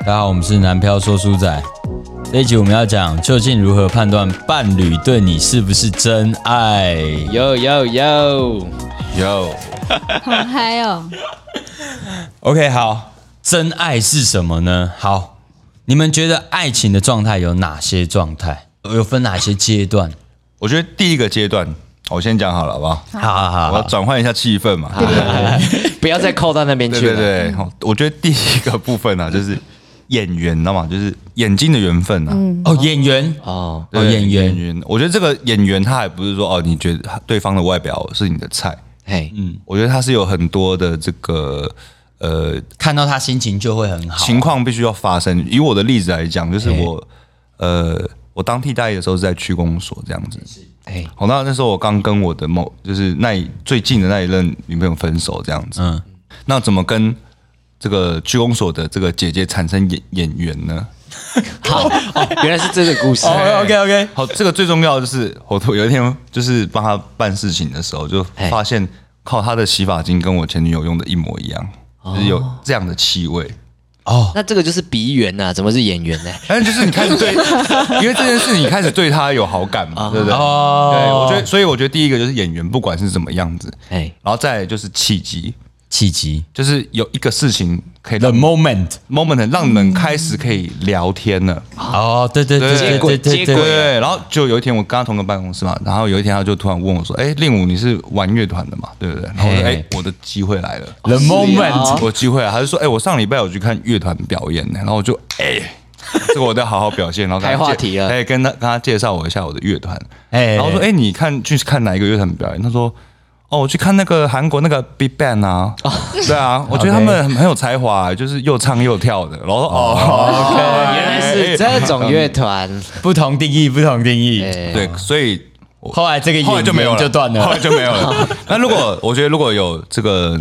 大家好，我们是南漂说书仔。这一集我们要讲究竟如何判断伴侣对你是不是真爱。 Yo yo yo，有好嗨哦！ OK，好，真爱是什么呢？好，你们觉得爱情的状态有哪些状态？有分哪些阶段？我觉得第一个阶段，我先讲好了，好不好？好好好我要转换一下气氛嘛。 不要再扣到那边对去对了。对，嗯好我觉得第一个部分呢、啊，就是眼缘，知道吗？就是眼睛的缘分啊。嗯，哦，演员哦，哦，演眼员缘，我觉得这个眼缘，它还不是说哦，你觉得对方的外表是你的菜，嘿，嗯我觉得它是有很多的这个呃看到他心情就会很好。情况必须要发生。以我的例子来讲，就是我呃，我当替代役的时候是在区公所这样子。嘿，好，哦那那时候我刚跟我的某就是那一最近的那一任女朋友分手这样子，嗯，那怎么跟这个区公所的这个姐姐产生眼眼缘呢？好，哦原来是这个故事。 OK OK，好，这个最重要的就是我有一天就是帮她办事情的时候，就哎发现靠她的洗发精跟我前女友用的一模一样，就是有这样的气味。哦，那这个就是鼻缘呐，怎么是演员呢？但是就是你开始对，因为这件事你开始对她有好感嘛，对不对？哦对，我觉得，所以我觉得第一个就是演员，不管是怎么样子，哎，然后再来就是契机，契机就是有一个事情可以，the 让 moment。 moment 让你们开始可以聊天了，嗯哦，对对对对对对对接轨对接对轨，然后就有一天我跟他同个办公室嘛，然后有一天他就突然问我说：“哎，令武你是玩乐团的嘛？对不对？”然后我说：“嘿哎，我的机会来了， ，the 嗯 moment。我的机会来了。”他就说：“哎，我上礼拜有去看乐团表演呢。”然后我就哎。这个我得好好表现，然后跟他开话介题了哎，跟他跟他介绍我一下我的乐团，哎然后我说，哎，你看去看哪一个乐团表演？他说，哦，我去看那个韩国那个 Big Bang 啊，对啊，我觉得他们很很有才华，就是又唱又跳的。然后我说，哦，OK，原来是这种乐团。不同定义，不同定义。哎， 对，所以我后来这个后来就没有演员了，就断后来了。就没有了。那如果我觉得如果有这个，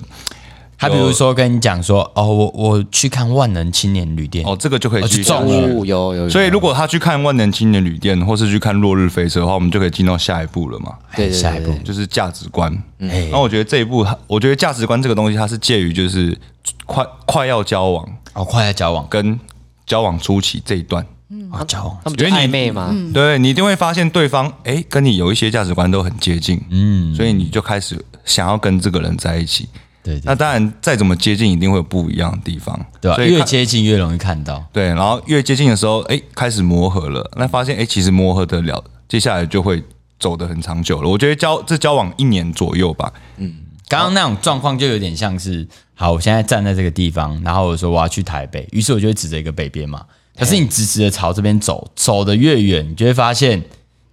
他比如说跟你讲说，哦，我我去看万能青年旅店，哦，这个就可以哦继续就中下去了哦，有有有。所以如果他去看《万能青年旅店》或是去看《落日飞车》的话，我们就可以进到下一步了嘛，对对对下一步对就是价值观。哎那我觉得这一步，我觉得价值观这个东西，它是介于就是快快要交往哦，快来交往，跟交往初期这一段。哦，交往嗯他们就暧昧嘛，对你一定会发现对方哎、诶跟你有一些价值观都很接近，嗯，所以你就开始想要跟这个人在一起。对对那当然，再怎么接近，一定会有不一样的地方，对吧？所以越看接近越容易看到，对，然后越接近的时候，哎，开始磨合了，那发现哎，其实磨合得了，接下来就会走得很长久了。我觉得交这交往一年左右吧，刚刚那种状况就有点像是，好，我现在站在这个地方，然后我说我要去台北，于是我就会指着一个北边嘛。可是你直直的朝这边走，走得越远，你就会发现，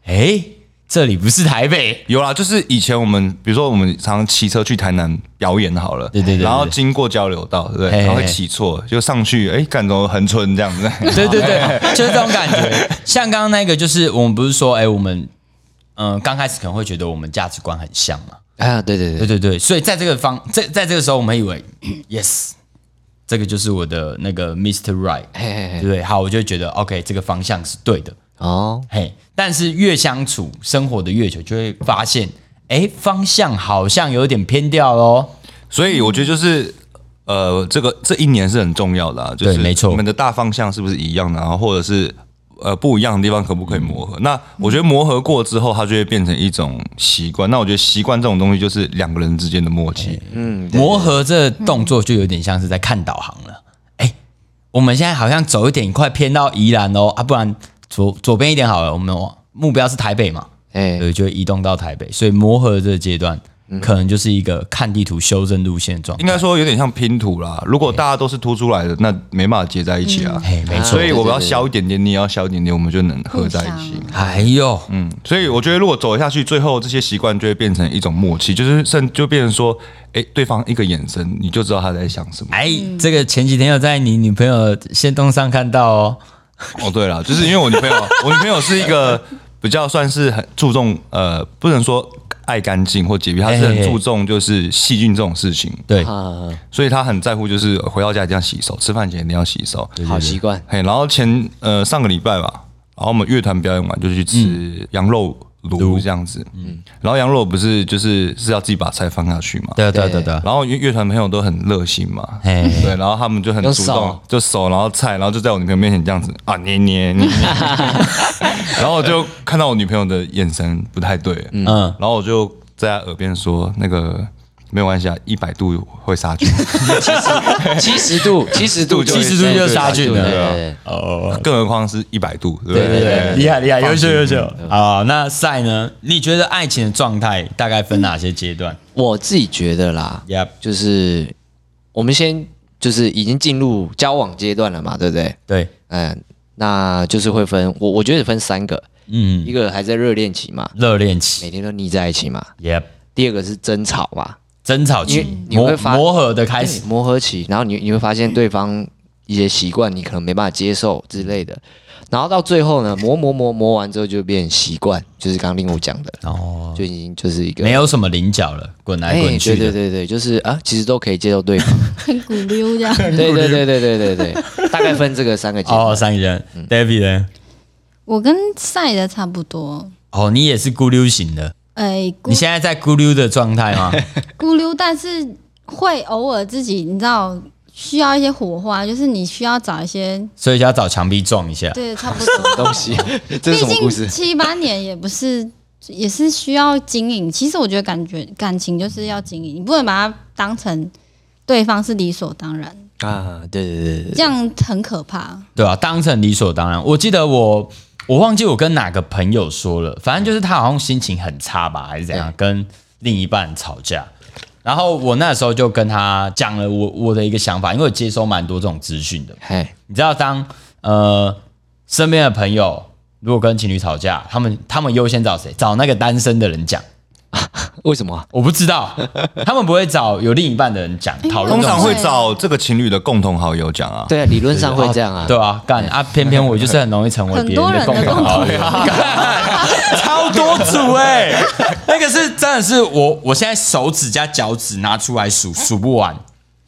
哎，这里不是台北，有啦，就是以前我们，比如说我们常常骑车去台南表演好了，对对对对然后经过交流道，对不对？嘿嘿然后会骑错，就上去，哎，感觉很村这样子。对对对，就是这种感觉。像刚刚那个，就是我们不是说，哎，我们嗯、呃刚开始可能会觉得我们价值观很像嘛，啊，对对对对，对对，所以在这个方，在在这个时候，我们以为 yes，这个就是我的那个 Mr. Right，嘿嘿嘿对不对？好，我就觉得 OK，这个方向是对的，哦，嘿。但是越相处，生活的越久，就会发现，哎，方向好像有点偏掉喽。所以我觉得就是。呃，这个这一年是很重要的啊，就是对没错你们的大方向是不是一样的，然后或者是呃不一样的地方可不可以嗯磨合？那我觉得磨合过之后，它就会变成一种习惯。那我觉得习惯这种东西就是两个人之间的默哎契。嗯磨合这动作就有点像是在看导航了。哎，我们现在好像走一点，快偏到宜兰哦，啊，不然左左边一点好了，我们往目标是台北嘛。哎，对，就会移动到台北，所以磨合这个阶段，可能就是一个看地图修正路线的状态。应该说有点像拼图啦。如果大家都是凸出来的，那没办法结在一起啊。嘿，没错所。以我们要削一点点，你也要削一点点，我们就能合在一起互。哎呦，嗯，所以我觉得如果走下去，最后这些习惯就会变成一种默契，就是甚就变成说，哎，对方一个眼神你就知道他在想什么。哎，这个前几天有在你女朋友线动上看到哦。哦，对了，就是因为我女朋友，我女朋友是一个比较算是很注重呃，不能说爱干净或洁癖，她是嘿很嘿嘿注重就是细菌这种事情，对，啊，所以她很在乎，就是回到家一定要洗手，吃饭前一定要洗手。好习 惯，嗯嘿，然后前呃上个礼拜吧，然后我们乐团表演完就去吃羊肉炉这样子。嗯，然后羊肉不是就是是要自己把菜放下去嘛？对啊对啊对啊对啊，然后乐乐团朋友都很热心嘛，嘿对，然后他们就很用主动手，就手，然后菜，然后就在我女朋友面前这样子啊捏捏 捏，捏然后我就看到我女朋友的眼神不太对，嗯，嗯，然后我就在她耳边说那个。没有关系啊，一百度会杀菌，七十度，七十度就会， 70度就是杀菌了对对对哦，更何况是一百度，对不对对对，厉害厉害，放优秀心优秀啊！那赛呢？你觉得爱情的状态大概分哪些阶段我自己觉得啦， ？Yep，就是我们先就是已经进入交往阶段了嘛，对不对？对，嗯，那就是会分我我觉得分三个，嗯，一个还在热恋期嘛，热恋期每天都腻在一起嘛； ，Yep，第二个是争吵嘛，争吵期因为，你磨会发磨合的开对始，磨合期，然后你你会发现对方一些习惯你可能没办法接受之类的，然后到最后呢，磨磨磨磨完之后就变习惯，就是刚刚令我讲的，哦，就已经就是一个没有什么棱角了，滚来哎，滚去对对的，对对，就是啊，其实都可以接受对方，很鼓溜这样。对对对对对对对，大概分这个三个阶段。哦，三个人，David 呢？我跟赛的差不多，哦，你也是咕溜型的，哎、你咕现在在咕溜的状态 吗？咕溜，但是会偶尔自己，你知道。需要一些火花，就是你需要找一些所以就要找墙壁撞一下。对，差不多。东西， 这毕是什么故竟事？七八年也不是，也是需要经营。其实我觉得感觉感情就是要经营，你不能把它当成对方是理所当然，啊，对对对对这样很可怕。对啊，当成理所当然。我记得我我忘记我跟哪个朋友说了，反正就是他好像心情很差吧，还是怎样，跟另一半吵架。然后我那时候就跟他讲了我我的一个想法，因为我接收蛮多这种资讯的。哎，你知道当，呃身边的朋友如果跟情侣吵架，他们他们优先找谁？找那个单身的人讲。为什么？我不知 道，他们不会找有另一半的人讲讨论哎通这种常事情。会找这个情侣的共同好友讲啊。 对啊，理论上会这样啊。对啊，干啊，偏偏我就是很容易成为别的共同好友，干 超多组哎、那个是真的是我，我现在手指加脚趾拿出来数数不完，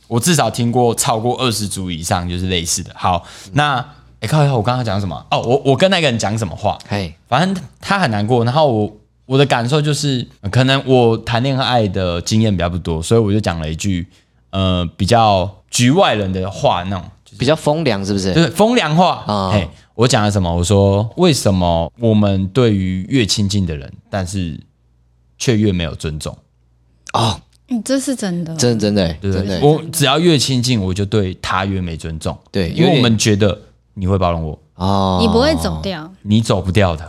我至少听过超过二十组以上，就是类似的。好，那哎、靠一下，我刚刚讲什么？哦，我我跟那个人讲什么话？哎，反正他很难过，然后我我的感受就是，呃可能我谈恋爱的经验比较不多，所以我就讲了一句呃比较局外人的话那种。比较风凉是不？就是是风凉话啊嘿，我讲了什么？我说为什么我们对于越亲近的人，但是却越没有尊重？哦，嗯，这是真的。真的真的欸对不真对？的欸我只要越亲近，我就对他越没尊重。对因为有我点们觉得你会包容我，哦，你不会走掉，你走不掉的。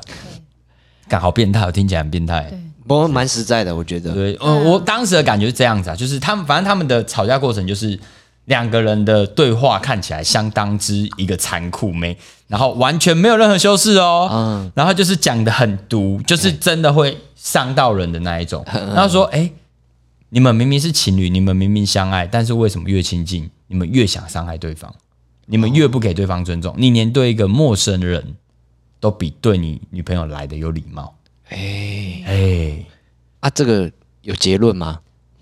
干好变态，我听起来很变态。不过蛮实在的，我觉得。对，呃，我当时的感觉是这样子啊，就是他们，反正他们的吵架过程就是两个人的对话看起来相当之一个残酷妹，然后完全没有任何修饰哦，嗯然后就是讲的很毒，就是真的会伤到人的那一种。嗯然后说，哎、你们明明是情侣，你们明明相爱，但是为什么越亲近，你们越想伤害对方，你们越不给对方尊重，你连对一个陌生人都比对你女朋友来的有礼貌，哎，哎、啊，这个有结论吗？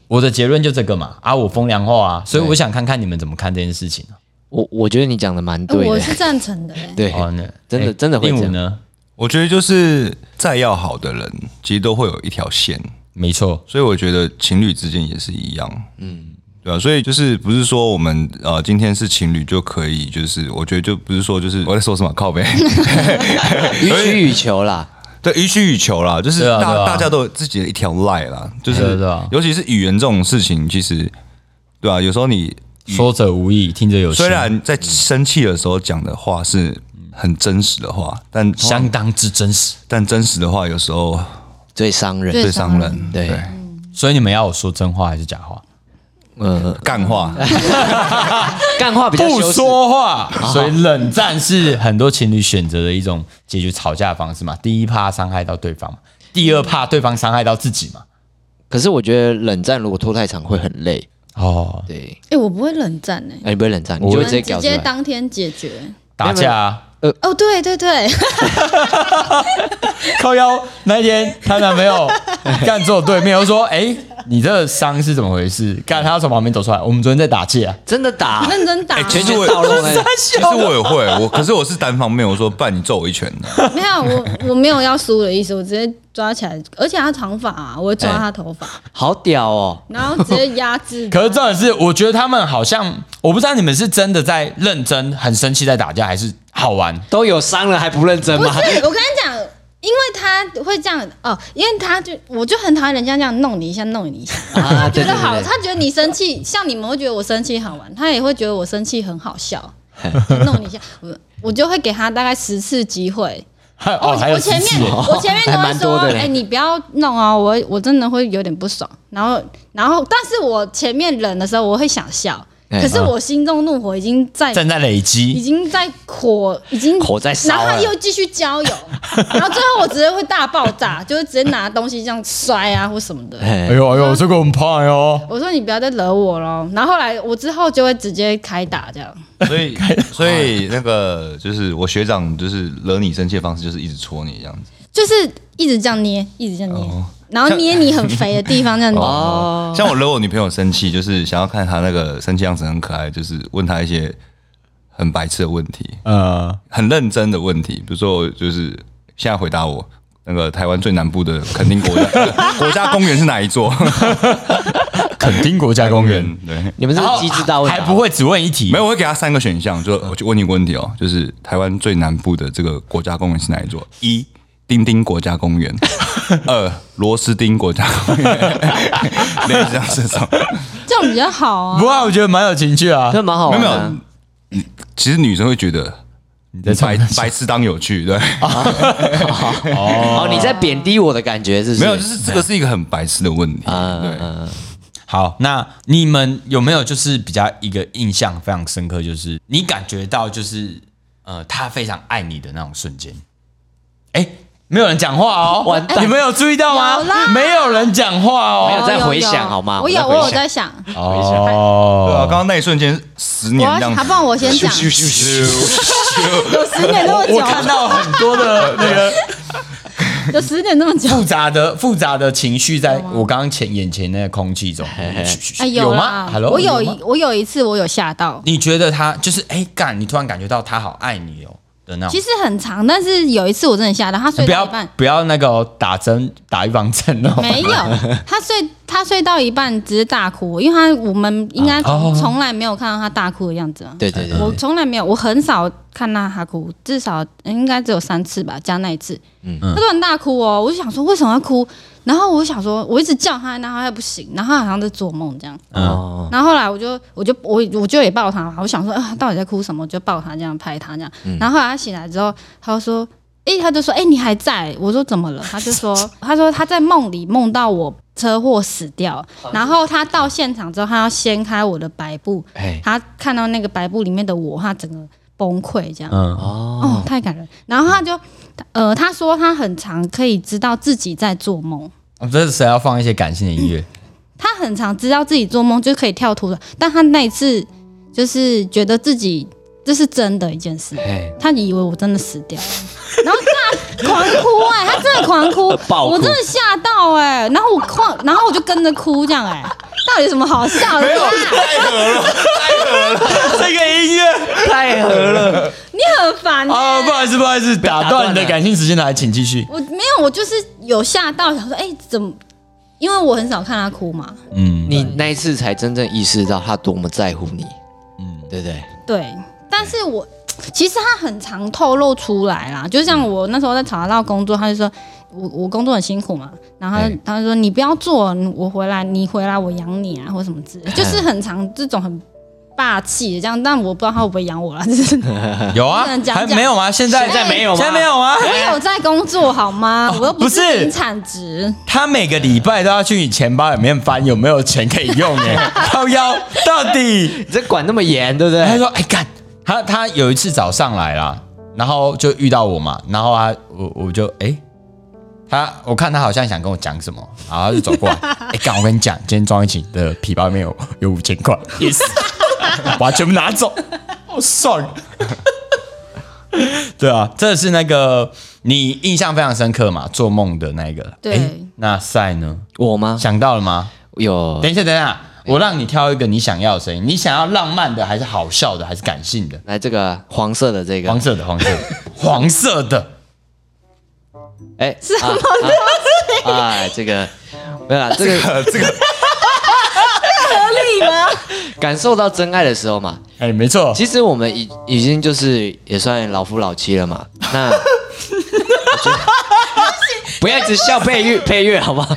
我的结论就这个嘛，啊，我风凉话啊，所以对我想看看你们怎么看这件事情啊。我我觉得你讲的蛮呃对我的，是赞成的、欸。对，哦，那真的哎真的会令这武样呢？我觉得就是再要好的人，其实都会有一条线，没错，所以我觉得情侣之间也是一样，嗯，对啊，所以就是不是说我们呃今天是情侣就可以，就是我觉得就不是说就是我在说什么靠背， 予取予求啦。对，予取予求啦，就是对啊大、对啊大家都有自己的一条 line 啦，就是对啊对啊尤其是语言这种事情，其实对啊，有时候你嗯说者无意，听者有心，虽哦然嗯在生气的时候讲的话是很真实的话，但相当之真实，但真实的话有时候最伤人，最最伤伤人人，对对，所以你们要我说真话还是假 话？呃，干话。干话比较不羞耻说话，啊所以冷战是很多情侣选择的一种解决吵架的方式嘛。第一怕伤害到对方嘛，第二怕对方伤害到自己嘛。可是我觉得冷战如果拖太长会很累。哦，对，哎、我不会冷战哎、哎，你不会冷战，你我就会们直接搞直出来。接当天解决。打架啊。哦，对对对，啊靠腰那一天，她男朋友干坐我对面，我说：“哎、你这个伤是怎么回事？干，他要从旁边走出来。我们昨天在打气啊，。真的打 认真打，哎全其实全我到 肉那种。其实我也会，我可是我是单方面，我说爸，你揍我一拳的，没有我我没有要输的意思，我直接抓起来，而且他长发、啊，我会抓他 头发，好屌哦！然后直接压制可是重点是，我觉得他们好像，我不知道你们是真的在认真、很生气在打架，还是好玩。都有伤了还不认真不吗？是，我跟你讲，因为他会这样哦，因为他就我就很讨厌人家这样弄你一下，弄你一下，啊，对觉对得好，对对，他觉得你生气，像你们会觉得我生气很玩，他也会觉得我生气很好 笑，弄你一下，我我就会给他大概十次机会。还我哦，还有我前十面次哦我前 面跟还他蛮多说的，嘞哎、你不要弄啊，我我真的会有点不爽。然后然后，但是我前面忍的时候，我会想笑，哎可是我心中怒火已经在。正在累已积，经在火，已经火在烧了然后他又继续浇油，然后最后我直接会大爆炸，就是直接拿东西这样摔啊或什么的。哎哎呦哎呦，这个很胖哟。我说你不要再惹我喽。然后后来我之后就会直接开打这样。所以所以那个就是我学长就是惹你生气的方式就是一直戳你这样子。就是一直这样捏，一直这样捏，哦然后捏你很肥的地方这样捏。哦，像我惹我女朋友生气，就是想要看她那个生气样子很可爱，就是问她一些很白痴的问题，呃，很认真的问题，比如说就是现在回答我。那个台湾最南部的垦丁国家国家公园是哪一座？垦丁国家公园，对，你们这然是后机智大问答还不会只问一题，没有，我会给他三个选项，就我就问你一个问题哦，就是台湾最南部的这个国家公园是哪一座？一丁丁国家公园，二螺丝丁国家公园，类似像这种，这种比较好啊不。过我觉得蛮有情趣啊。这蛮好没玩有没的有啊。，其实女生会觉得你在冲白他笑白痴当有趣，对，哦，你在贬低我的感觉是不是？ 没有，就是这个是一个很白痴的问题，啊对，好，那你们有没有就是比较一个印象非常深刻，就是你感觉到就是呃他非常爱你的那种瞬间？哎、没有人讲话哦，完蛋你们有注意到吗有啦？没有人讲话没哦。有在回想好吗我有，我在回想我有在 想。对啊，哦，刚刚那一瞬间十我年要这想，样好子不，然我先讲，咻咻咻咻有十点那么 我看久，啊到很多的那个有十点那么久。 复杂的复杂的情绪，在我刚刚前眼前那个空气中，嘿嘘嘘嘘哎，有啦吗？Hello，我有吗一我有一次我有吓到，你觉得他就是哎干、你突然感觉到他好爱你哦的那种其。实很长，但是有一次我真的吓到，他睡不到要一半，不要那个哦、打针打预防针哦，没有，他睡他睡到一半只是大哭，因为他我们应该哦从来没有看到他大哭的样子啊。啊对对对我对，从来没有，我很少看到他哭，至少应该只有三次吧，加那一次。嗯他突然大哭哦，我就想说为什么要哭？然后我就想说，我一直叫他，然后他也不醒，然后他好像在做梦这样。嗯哦，然后后来我就我就我我就也抱他，我想说啊，他到底在哭什么？我就抱他这样拍他这样。然后后来他醒来之后，他就说，诶、他就说，诶、你还在？我说怎么了？他就说， 他说他在梦里梦到我车祸死掉，然后他到现场之后，他要掀开我的白布，哎，他看到那个白布里面的我，他整个崩溃这样。嗯，哦哦，，太感人。然后他就，呃，他说他很常可以知道自己在做梦，这是谁要放一些感性的 音乐？他很常知道自己做梦就可以跳脱的。但他那一次就是觉得自己这是真的一件事，哎，他以为我真的死掉，然后大狂哭哎、他真的狂哭，爆哭我真的吓到哎、然后我狂，然后我就跟着哭这样哎、到底有什么好笑的、啊？ 这个音 乐太合了，你很烦、欸、啊，不好意思，不好意思，打断你打断的了感性时间来，请继续。我没有，我就是有吓到，想说，哎、怎么？因为我很少看他哭嘛，嗯，你那一次才真正意识到他多么在乎你，嗯，对不对？对。但是我其实他很常透露出来啦，就像我那时候在查到工作，他就说我我工作很辛苦嘛，然后他哎他就说你不要做，我回来你回来我养你啊，或什么之类，就是很常这种很霸气的这样，但我不知道他会不会养我啦，就是有啊不能，讲还讲没有吗？现在嗯现在没有吗现在没有吗？我有在工作好吗？我又不不是是零产值，他每个礼拜都要去你钱包里面翻有没有钱可以用， 哎，靠腰到底。你这管那么严，对不对？他说：“哎干，他他有一次早上来啦，然后就遇到我嘛，然后他我我就哎、他我看他好像想跟我讲什么，然后他就走过来， 哎干，我跟你讲，今天庄一起的皮包里面有有五千块，yes，我要全部拿走，好爽。”对啊，这是那个你印象非常深刻嘛，做梦的那一个。对哎那赛呢？我吗？想到了吗？有等一下，等一下，我让你挑一个你想要的声音，你想要浪漫的，还是好笑的，还是感性的？来这个黄色的啊这个黄，色的，黄色的， 黄色的，哎，什么东西？啊，这个没有啦，这个呃，这个感受到真爱的时候嘛，哎，没 错，其实我们已已经就是也算老夫老妻了嘛。那 我觉得不要一直笑配乐配乐好不好？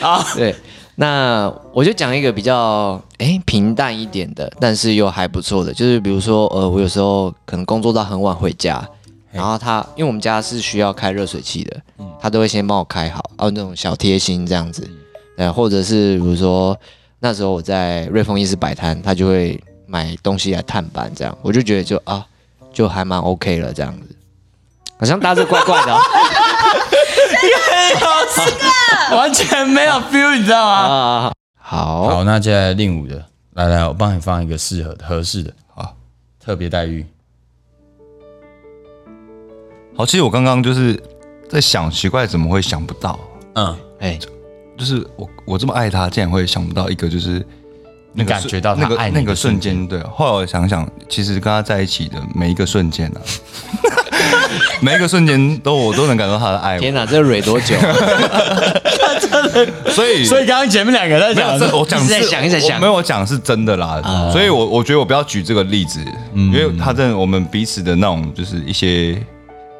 啊，对，那我就讲一个比较哎平淡一点的，但是又还不错的，就是比如说呃，我有时候可能工作到很晚回家。然后他，因为我们家是需要开热水器的，他都会先帮我开好，还有那种小贴心这样子，对，或者是比如说那时候我在瑞丰夜市摆摊，他就会买东西来探班，这样我就觉得就啊，就还蛮 OK 了这样子。好像大家是怪怪的、哦、啊 完全没有 feel，你知道吗？啊，哦好，好，那接下来令武的，来来，我帮你放一个适合的、合适的，好，特别待遇。好，其实我刚刚就是在想，奇怪怎么会想不到？嗯，哎、就是我我这么爱他，竟然会想不到一个就是你感觉到他那个爱你的那个瞬间，对。后来我想想，其实跟他在一起的每一个瞬间啊， 每一个瞬间都我都能感受他的爱天哪，这蕊多久？啊我，所以嗯所以刚刚前面两个在没有讲这我讲一直在是想一直在我想没有我讲是真的啦。啊所以我我觉得我不要举这个例子，嗯因为他真的我们彼此的那种就是一些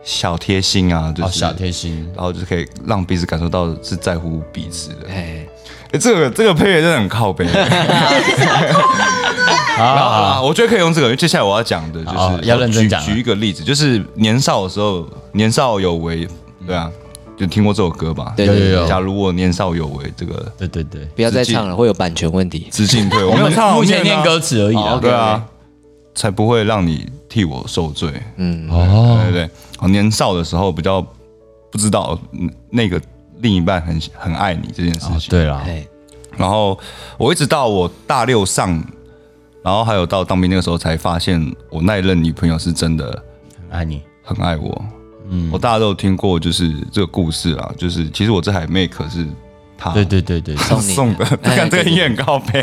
小贴心啊，就哦，是小贴心，然后就是可以让彼此感受到是在乎彼此的。 哎、欸、这个这个配乐真的很靠背。好然后好，啊，我觉得可以用这个。因为接下来我要讲的就是、好要认真讲啊举举一个例子，就是年少的时候，年少有为，对啊，就听过这首歌吧？对有有有，假如我年少有为，这个对对对，不要再唱了，会有版权问题。致敬 对，我们唱目好前念念啊歌，哦词而已好啦。 ，OK 对啊，才不会让你替我受罪。嗯，哦，对对对，我年少的时候比较不知道嗯那个另一半很很爱你这件事哦情。对啦哎、，然后我一直到我大六上，然后还有到当兵那个时候，才发现我那一任女朋友是真的爱你，很爱我。嗯，我大家都有听过，就是这个故事啦，就是其实我这台 m a 是他对对对对送你送的，哎看这个音乐很高配，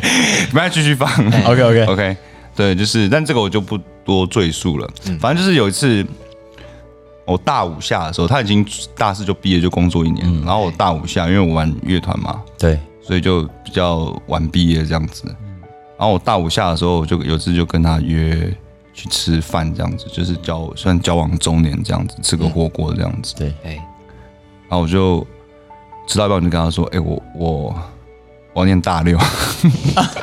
不要继续放。 ，OK OK， OK，对，就是，但这个我就不多赘述了。嗯反正就是有一次，我大五下的时候，他已经大四就毕业，就工作一年。嗯然后我大五下，因为我玩乐团嘛，对，所以就比较晚毕业这样子。然后我大五下的时候，我就有一次就跟他约去吃饭，这样子，就是交算交往周年这样子，吃个火锅这样子。对，哎、然后我就吃到一半，我就跟他说：“哎、我我我要念大六。”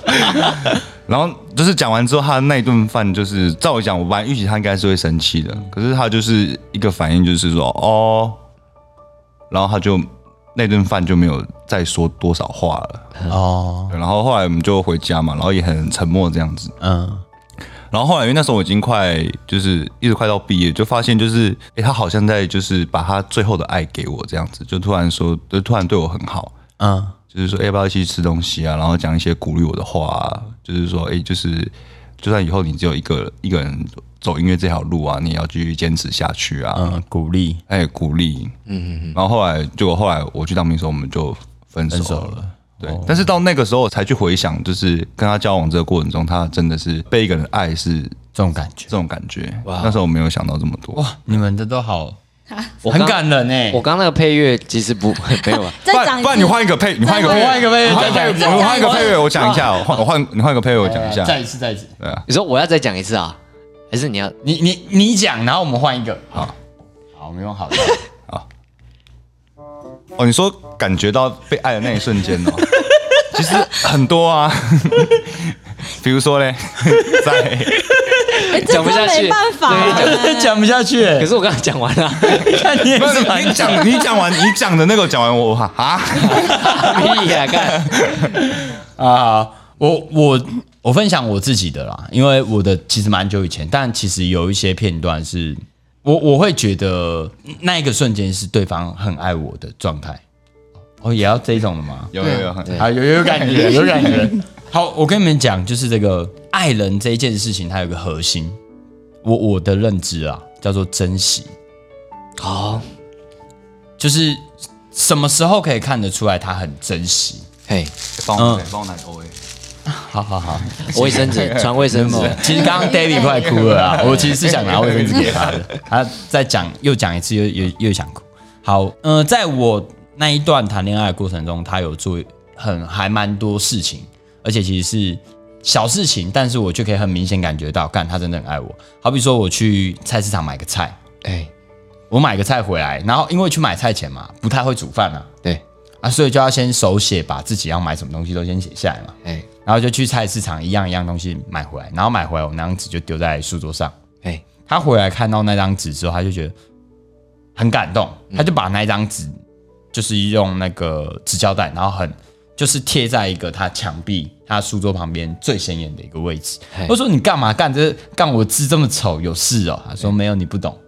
然后就是讲完之后，他那一顿饭就是照我讲，我本来预期他应该是会生气的，可是他就是一个反应，就是说哦，然后他就那顿饭就没有再说多少话了。哦，对然后后来我们就回家嘛，然后也很沉默这样子。嗯，然后后来因为那时候我已经快就是一直快到毕业，就发现就是诶，他好像在就是把他最后的爱给我这样子，就突然说，就突然对我很好，嗯，就是说诶要不要一起吃东西啊，然后讲一些鼓励我的话、啊，就是说诶，就是就算以后你只有一个一个人走音乐这条路啊，你也要继续坚持下去啊，嗯，鼓励，哎、鼓励，嗯嗯嗯。然后后来结果后来我去当兵的时候，我们就分手了。哦分手了对，但是到那个时候我才去回想，就是跟他交往这个过程中，他真的是被一个人爱是这种感觉这，种感觉。那时候我没有想到这么多。你们的都好，我很刚感人哎我。刚那个配乐其实不 没有啊，再不讲然一不然次你换一个配，你换一个配，我换一个配乐我换一个配再乐，讲我换一个配乐，我讲一下哦，换我换你换一个配乐，我讲一下。再一次，再一次，你说我要再讲一次啊，还是你要？你你你讲，然后我们换一个，好，好，我们用好的，哦，你说感觉到被爱的那一瞬间 哦，其实很多啊， 比如说嘞， 在哎 这讲不下真去没办法对 哎，讲不下去 欸，可是我刚刚讲完 了，看你也不是是蛮你讲你讲完你讲的那个讲完我哈啊，屁呀、干 啊，我我我分享我自己的啦，因为我的其实蛮久以前，但其实有一些片段是我我会觉得那一个瞬间是对方很爱我的状态。哦，也要这一种的吗？有有有，很啊，有有感觉，有感觉。 好，我跟你们讲，就是这个爱人这一件事情，它有个核心，我我的认知啊，叫做珍惜。好，就是什么时候可以看得出来他很珍惜？嘿，帮我嗯帮我拿 O A。好好好，卫生纸，传卫生纸，其实刚刚 David 快哭了啊，我其实是想拿卫生纸给他的，他再讲又讲一次，又又又想哭。好，呃，在我那一段谈恋爱的过程中，他有做很还蛮多事情，而且其实是小事情，但是我却可以很明显感觉到，干他真的很爱我。好比说我去菜市场买个菜，哎，我买个菜回来，然后因为去买菜前嘛，不太会煮饭啊，对，啊，所以就要先手写把自己要买什么东西都先写下来嘛。哎然后就去菜市场一样一样东西买回来，然后买回来我那张纸就丢在书桌上。哎，他回来看到那张纸之后，他就觉得很感动，他就把那张纸就是用那个纸胶带，然后很就是贴在一个他墙壁、他书桌旁边最显眼的一个位置哎 嘿。我说你干嘛干这干我字这么丑，有事哦？他说没有，你不懂。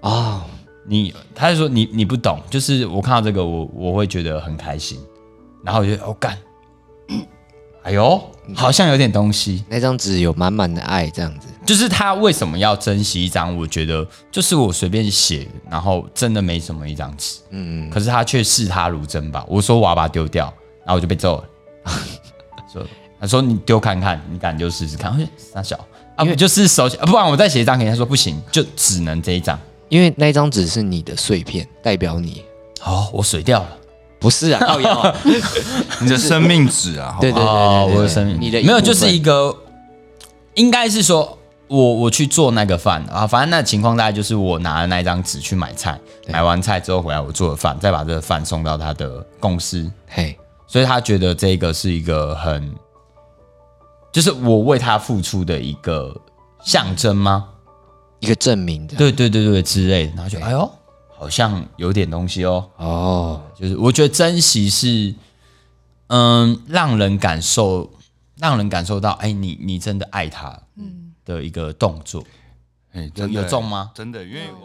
哦，你他就说你你不懂，就是我看到这个我我会觉得很开心，然后我就哦干， 哎呦，好像有点东西。那张纸有满满的爱，这样子，就是他为什么要珍惜一张？我觉得就是我随便写，然后真的没什么一张纸，嗯，可是他却视他如珍宝。我说我要把它丢掉，然后我就被揍了。 说他说你丢看看，你敢丢试试看？我说傻小，啊，不就是手写，啊不然我再写一张给你。他说不行，就只能这一张。因为那张纸是你的碎片，代表你，哦，我水掉了。不是啊，靠腰啊， 你的生命值啊，好对吧对对哦，对对我的对生命你的没有，一部分就是一个，应该是说我我去做那个饭啊，反正那情况大概就是我拿了那一张纸去买菜，买完菜之后回来我做了饭，再把这个饭送到他的公司，嘿，所以他觉得这个是一个很，就是我为他付出的一个象征吗？一个证明的，对对对对之类的，然后就哎呦，好像有点东西哦，哦，就是我觉得珍惜是，嗯，让人感受，让人感受到，哎，你你真的爱他，嗯，的一个动作。哎，有真的有中吗真的，因为我